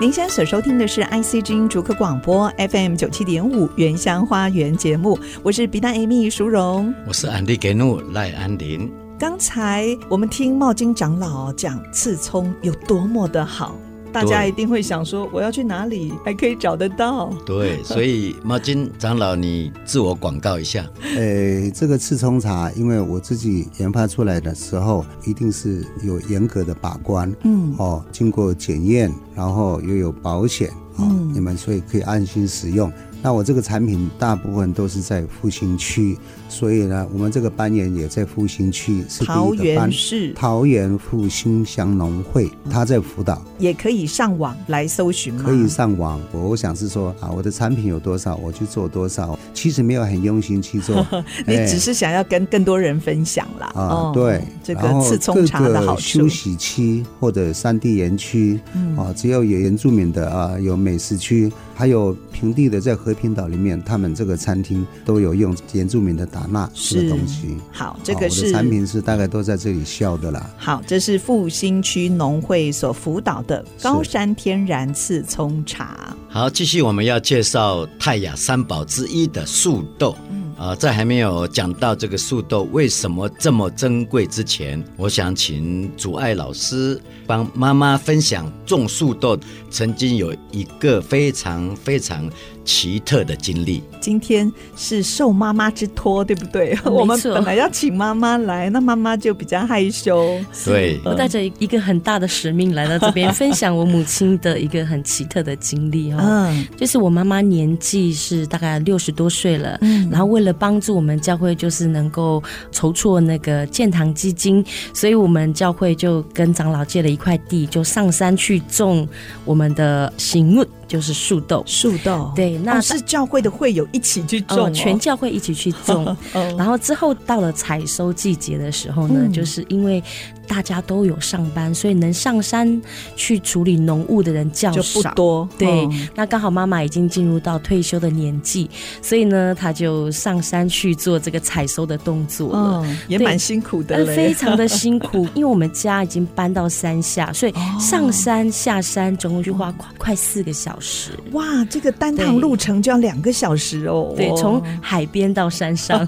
A: 您现在所收听的是 IC 之音逐客广播 FM 九七点五原乡花园节目，我是比大 Amy 淑荣。
B: 我是安迪给努赖安林，
A: 刚才我们听茂金长老讲刺葱有多么的好，大家
B: 对
A: 一定会想说，我要去哪里还可以找得到？
B: 对，所以毛巾长老，你自我广告一下。
H: 呃，这个刺葱茶，因为我自己研发出来的时候，一定是有严格的把关，
A: 嗯
H: 哦，经过检验，然后又有保险，哦，
A: 嗯
H: 你们所以可以安心使用。那我这个产品大部分都是在复兴区，所以呢，我们这个班园也在复兴区，是第
A: 桃
H: 一个班
A: 园。市
H: 桃园复兴乡农会，它在辅导，
A: 也可以上网来搜寻吗？，
H: 可以上网。我想是说啊，我的产品有多少，我去做多少。其实没有很用心去做
A: [laughs] [laughs] 你
H: 哎
A: 只是想要跟更多人分享啦。哦
H: 啊，对，
A: 这
H: 然
A: 个
H: 后
A: 刺葱茶的
H: 各
A: 好
H: 个休
A: 处。嗯
H: 息区或者山地园区，啊，只要有原住民的啊，有
G: 美食区，还有平地的在和平岛里面，他们这个餐厅都有用原住民的打蜡这
A: 是
G: 个东西。
A: 好，这
G: 啊
A: 个
G: 我的
A: 是
G: 产品是大概都在这里销的啦。
A: 好，这是复兴区农会所辅导的高
G: 是
A: 山天然刺葱茶。
B: 好，继续我们要介绍泰雅三宝之一的树豆。嗯，啊、在还没有讲到这个树豆为什么这么珍贵之前，我想请祖爱老师帮妈妈分享种树豆曾经有一个非常非常奇特的经历。
A: 今天是受妈妈之托，对不对？[laughs]
H: 错
A: 我们本来要请妈妈来，那妈妈就比较害羞。
B: 对，
H: 我带着一个很大的使命来到这边，分享我母亲的一个很奇特的经历哦。
A: 嗯，
H: 就是我妈妈年纪是大概六十多岁了，
A: 嗯
H: 然后为了帮助我们教会，就是能够筹措那个建堂基金，所以我们教会就跟长老借了一块地，就上山去种我们的醒木，就是树豆。
A: 树豆，
H: 对那
A: 哦是教会的会友一起去种、哦
H: 呃，全教会一起去
A: [laughs]
H: 种，然后之后到了采收季节的时候呢，
A: 嗯
H: 就是因为大家都有上班，所以能上山去处理农务的人较
A: 就不
H: 哦少。
A: 多，
H: 对
A: 哦
H: 那刚好妈妈已经进入到退休的年纪，所以呢，她就上山去做这个采收的动作了。
A: 嗯，也蛮辛苦的
H: 呃 [laughs]
A: 嘞，
H: 哦非常的辛苦，因为我们家已经搬到山下，所以上山下山总共就花快快四个小时。
A: [laughs] 哇，这个单趟
H: 对
A: 路程就要两个小时哦。
H: 对，
A: 哦 [laughs]
H: 从海边到山 [laughs] 上。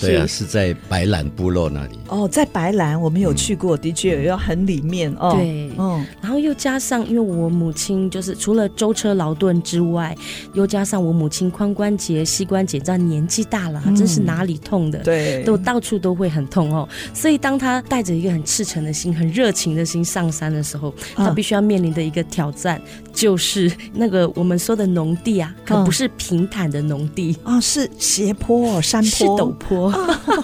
B: 对啊，是在白兰部落那里。
A: 哦，在白兰我们有去过，的确要很里面哦。
H: 对
A: 嗯，
H: 然后又加上，因为我母亲就是除了舟车劳顿之外，又加上我母亲髋关节、膝关节，这样年纪大了，真是哪里痛的，
A: 对，
H: 都到处都会很痛哦。所以当他带着一个很赤诚的心、很热情的心上山的时候，
A: 嗯
H: 他必须要面临的一个挑战，就是那个我们说的农地啊，可
A: 嗯
H: 不是平坦的农地，
A: 啊是斜坡、哦、山坡、
H: 是陡坡。
A: [laughs]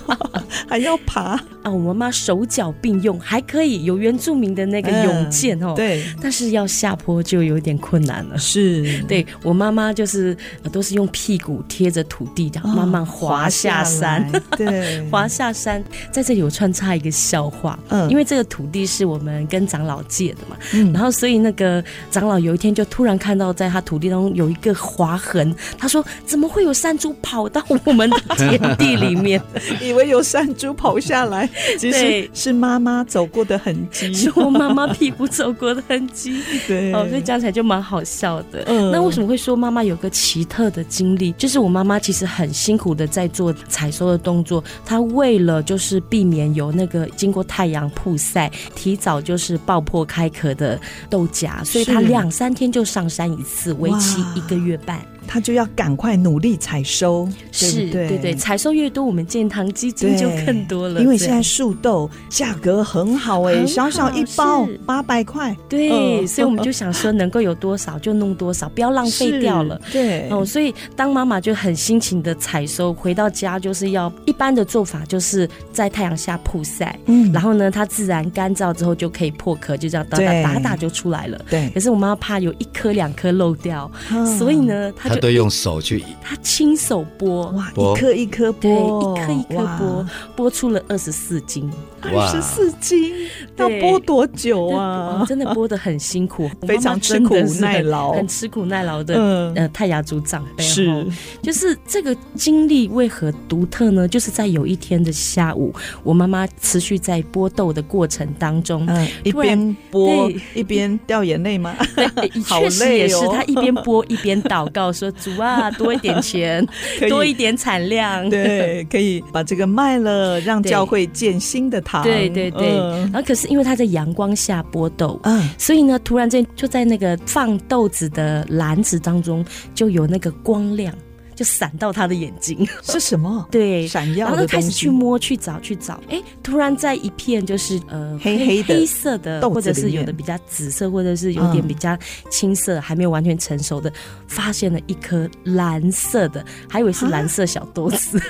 A: 还要爬，
H: 啊，我妈妈手脚并用，还可以有原住民的那个
A: 嗯
H: 勇健哦，
A: 对，
H: 但是要下坡就有点困难了。
A: 是，
H: 对我妈妈就是、呃都是用屁股贴着土地，然后
A: 哦，
H: 慢慢滑下山。 [laughs]
A: 来，对，
H: 滑下山，在这里我穿插一个笑话，
A: 嗯
H: 因为这个土地是我们跟长老借的嘛，
A: 嗯
H: 然后所以那个长老有一天就突然看到在他土地当中有一个划痕，他说怎么会有山猪跑到我们的田地里面？
A: 以为有山猪跑下来，其实
H: 对。
A: 是妈妈走过的痕迹 [laughs]
H: 是我妈妈屁股走过的痕迹。
A: 对，
H: 哦，所以讲起来就蛮好笑的。
A: 嗯
H: 那为什么会说妈妈有个奇特的经历？就是我妈妈其实很辛苦的在做采收的动作，她为了就是避免有那个经过太阳曝晒，提早就是爆破开壳的豆荚，所以她
A: 是
H: 两三天就上山一次，为期
A: 嗯哇
H: 一个月半。
A: 他就要赶快努力采收，对
H: 是
A: 不
H: 对
A: 对
H: 采收越多，我们建堂基金就更多了。
A: 因为
H: 这
A: 现
H: 样
A: 在树豆价格很好哎、
H: 很好
A: 小小一包
H: 是
A: 八百块，
H: 对，
A: 嗯
H: 所以我们就想说，能够有多少就弄多少，不要浪费掉了。
A: 是。对，
H: 哦，所以当妈妈就很辛勤的采收，回到家就是要一般的做法，就是在太阳下曝晒，
A: 嗯
H: 然后呢，它自然干燥之后就可以破壳，就这样打
A: 对
H: 打打打就出来了。
A: 对
H: 可，是我妈怕有一颗两颗漏掉， [laughs]
A: 嗯
H: 所以呢，她
B: 他
H: 就
B: 都用手去
H: 她亲手剥，
A: 啊哇，
B: 剥
A: 一颗一颗
H: 对，
A: 剥，
H: 一颗一颗剥，剥出了二十四斤，
A: 二十四斤，要
H: 对
A: 剥多久
H: 哦
A: 啊？
H: 真的剥得很辛苦，
A: [laughs] 非常吃苦耐劳
H: 我妈妈真的是很很吃苦耐劳的。
A: 嗯
H: 呃，泰雅族长辈
A: 是
H: 哦就是这个经历为何独特呢？就是在有一天的下午，我妈妈持续在剥豆的过程当中，
A: 嗯，一
H: 突然
A: 边剥
H: 对
A: 一边掉眼泪
H: [laughs]
A: 吗？ [laughs]
H: 对
A: 好
H: 确实
A: 累
H: 哎也是，
A: 哦
H: 她一边剥一边祷告说：“主啊，多一点钱，
A: [laughs] 可以
H: 多一点产量。”。
A: 对，可以把这个卖了，让
H: 对
A: 教会建新的堂。
H: 对对对，
A: 嗯
H: [laughs] 然后可是因为她在阳光下剥豆，
A: 啊，
H: 所以呢，突然间就在那个放豆子的篮子当中，就有那个光亮，就闪到他的眼睛。
A: 是什么？
H: 对，
A: 闪
H: 然
A: 耀
H: 后
A: 的
H: 他开
A: 东
H: 始
A: 西
H: 去。摸、去找、去找，哎，突然在一片就是呃
A: 黑黑的
H: 黑色的，
A: 豆子
H: 或者
A: 里
H: 是
A: 面
H: 有的比较紫色，或者是有点
A: 嗯
H: 比较青色，还没有完全成熟的，发现了一颗蓝色的，还以为是蓝色小豆子。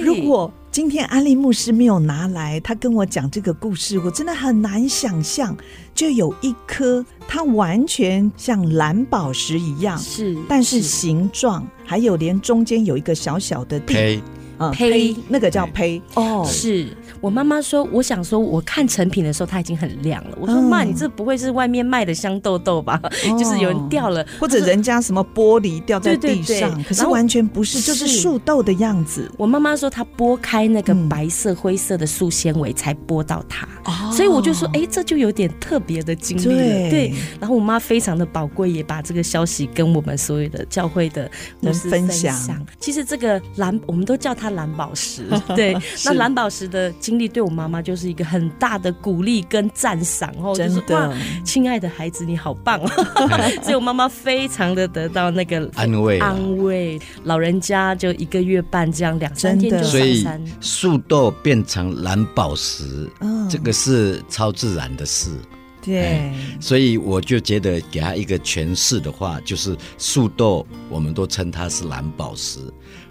A: [laughs] 如果今天安利牧师没有拿来，他跟我讲这个故事，我真的很难想象，就有一颗它完全像蓝宝石一样，
H: 是，
A: 但是形状还有连中间有一个小小的地
B: 胚，
A: 啊
H: 胚
A: 那个叫胚哦
H: 是我妈妈说，我想说，我看成品的时候它已经很亮了。我说
A: 嗯
H: 妈，你这不会是外面卖的香豆豆吧？ [laughs] 就是有人掉了，
A: 哦或者
H: 她说。
A: 人家什么玻璃掉在
H: 对
A: 地
H: 对对
A: 上，可是
H: 然后
A: 完全不是，就是
H: 是
A: 树豆的样子。
H: 我妈妈说她剥开那个
A: 嗯
H: 白色、灰色的素纤维才剥到它，
A: 哦
H: 所以我就说，哎、这就有点特别的经历
A: 对
H: 了。对，然后我妈非常的宝贵，也把这个消息跟我们所有的教会的牧师
A: 人分
H: 分
A: 享
H: 其实这个蓝，我们都叫它蓝
A: [laughs]
H: 宝石。对，那蓝宝石的经历对我妈妈就是一个很大的鼓励跟赞赏哦，就
A: 真
H: 是哇
A: 的，
H: 亲爱的孩子，你好棒、哦！
A: [laughs]
H: 所以我妈妈非常的得到那个
B: 安慰啊
H: 安慰。老人家就一个月半这样，两三天
A: 真
H: 就
A: 的
B: 所
H: 上
B: 以
H: 山。
B: 树豆变成蓝宝石，
A: 嗯
B: 这个是超自然的事。
A: 对，
B: 所以我就觉得给他一个诠释的话，就是树豆，我们都称它是蓝宝石；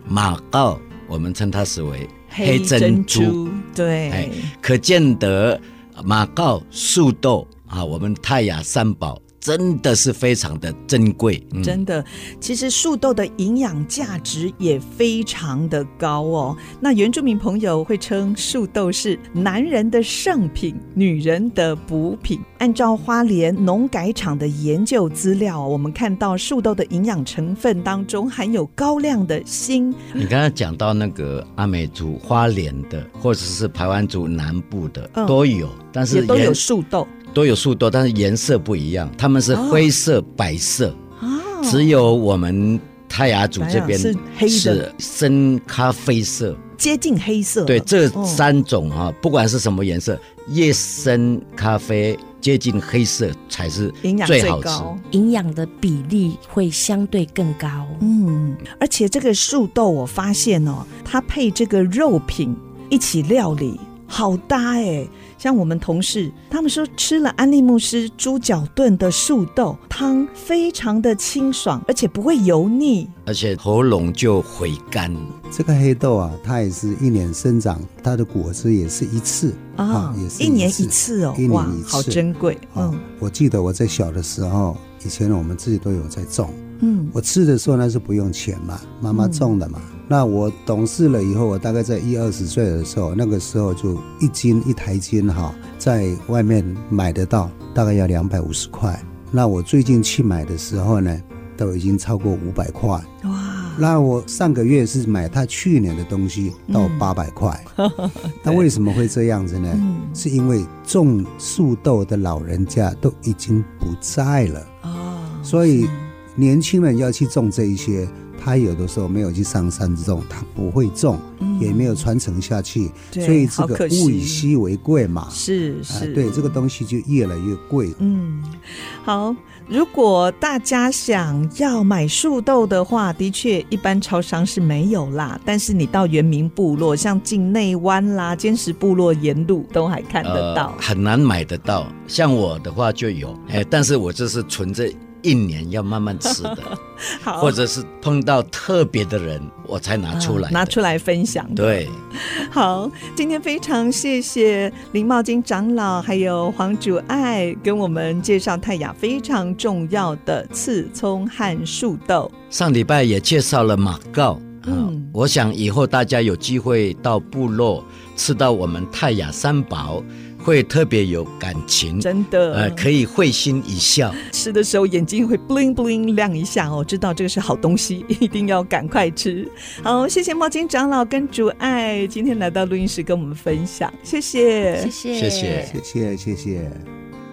B: 马告，我们称它是为黑珍珠。，哎
A: 对，
B: 可见得马告、树豆啊，我们泰雅三宝真的是非常的珍贵。嗯
A: 真的，其实树豆的营养价值也非常的高哦。那原住民朋友会称树豆是男人的圣品，女人的补品。按照花莲农改场的研究资料，我们看到树豆的营养成分当中含有高量的锌，
B: 你刚刚讲到那个阿美族、花莲的，或者是排湾族南部的、
A: 嗯
B: 都有，但是
A: 也都有
B: 颜
A: 树豆
B: 都有树豆，但是颜色不一样，他们
A: 哦
B: 是灰色、白色，
A: 啊
B: 只有我们泰雅族这边
A: 白啊是黑的
B: 是深咖啡色。
A: 接近黑色。
B: 对，这
A: 哦
B: 三种哈、不管是什么颜色，越深咖啡接近黑色才是
A: 营养最
B: 最好吃。
A: 高。
H: 营养的比例会相对更高。
A: 嗯，而且这个树豆，我发现哦，它配这个肉品一起料理，好搭哎。像我们同事，他们说吃了安利牧师猪脚炖的树豆汤，非常的清爽，而且不会油腻。
B: 而且喉咙就回甘。
G: 这个黑豆啊，它也是一年生长，它的果汁也是一次
A: 啊
G: 也，是
A: 一年
G: 一
A: 一次哦
G: 一，年
A: 哇
G: 一，次，
A: 好珍贵。
G: 啊
A: 嗯！
G: 我记得我在小的时候，以前我们自己都有在种。
A: 嗯，
G: 我吃的时候那是不用钱嘛，妈妈种的嘛。那我懂事了以后，我大概在一二十岁的时候，那个时候就一斤一台斤哈，在外面买得到，大概要两百五十块。那我最近去买的时候呢，都已经超过五百块。
A: 哇，
G: 那我上个月是买他去年的东西到
A: 嗯
G: 八百
A: [laughs]
G: 块，那为什么会这样子呢？
A: 嗯
G: 是因为种树豆的老人家都已经不在了。
A: 哦，
G: 所以年轻人要去种这一些，他有的时候没有去上山种，他不会种，也没有传承下去，
A: 嗯对
G: 所以这
A: 好
G: 个
A: 可惜
G: 物以稀为贵嘛。
A: 是是、
G: 啊，对，这个东西就越来越贵。
A: 嗯，好。如果大家想要买树豆的话，的确一般超商是没有啦。但是你到原民部落，像境内湾啦、坚实部落沿路都还看
B: 呃
A: 得到。
B: 很难买得到。像我的话就有，哎，但是我这是存着一年要慢慢吃的，
A: [laughs] 好，
B: 或者是碰到特别的人，我才拿出来、
A: 啊拿出。来分享。
B: 对，
A: 好，今天非常谢谢林茂金长老，还有黄主爱跟我们介绍泰雅非常重要的刺葱和树豆。
B: 上礼拜也介绍了马告。啊
A: 嗯，
B: 我想以后大家有机会到部落吃到我们泰雅三宝，会特别有感情，
A: 真的，
B: 呃，可以会心一笑。
A: 吃的时候眼睛会 bling bling 亮一下哦，知道这个是好东西， [laughs] 一定要赶快吃。好，谢谢茂金长老跟主爱今天来到录音室跟我们分享，谢谢。
H: 谢谢，
B: 谢谢
G: 谢谢，谢谢。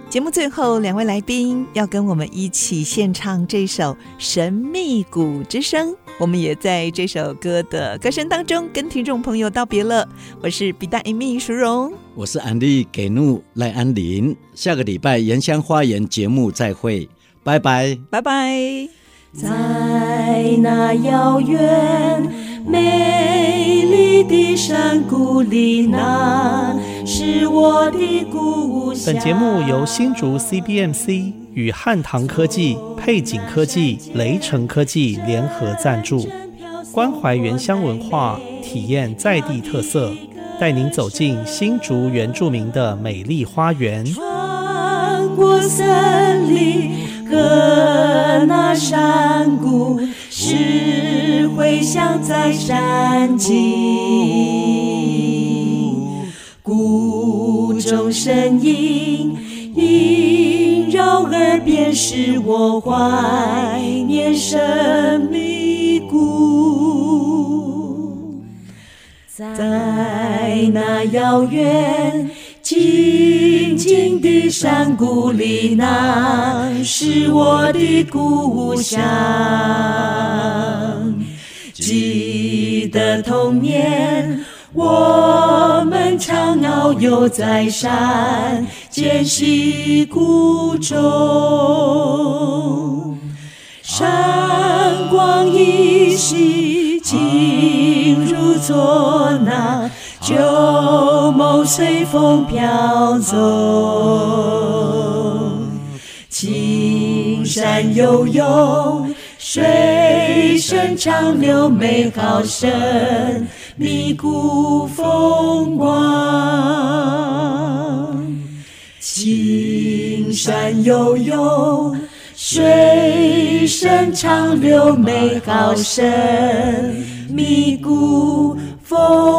A: 节目最后，两位来宾要跟我们一起献唱这首《神秘谷之声》，我们也在这首歌的歌声当中跟听众朋友道别了。我是比大 Amy 淑荣，
B: 我是安利给怒赖安林，下个礼拜《原乡花园》节目再会，拜拜。
A: 拜拜。
H: 在那遥远美丽的山谷里，那是我的故乡。
J: 本节目由新竹 CBMC 与汉唐科技、配景科技、雷城科技联合赞助，关怀原乡文化，体验在地特色，带您走进新竹原住民的美丽花园。
H: 穿过森林和那山谷，是回响在山脊，谷中声音萦绕耳边，使我怀念神秘谷，在那遥远。静静的山谷里，那是我的故乡。记得童年，我们常遨游在山间溪谷中，山光依稀，情如昨那。旧梦随风飘走，青山悠悠，水深长流，美好生命古风光。青山悠悠，水深长流，美好生命古风。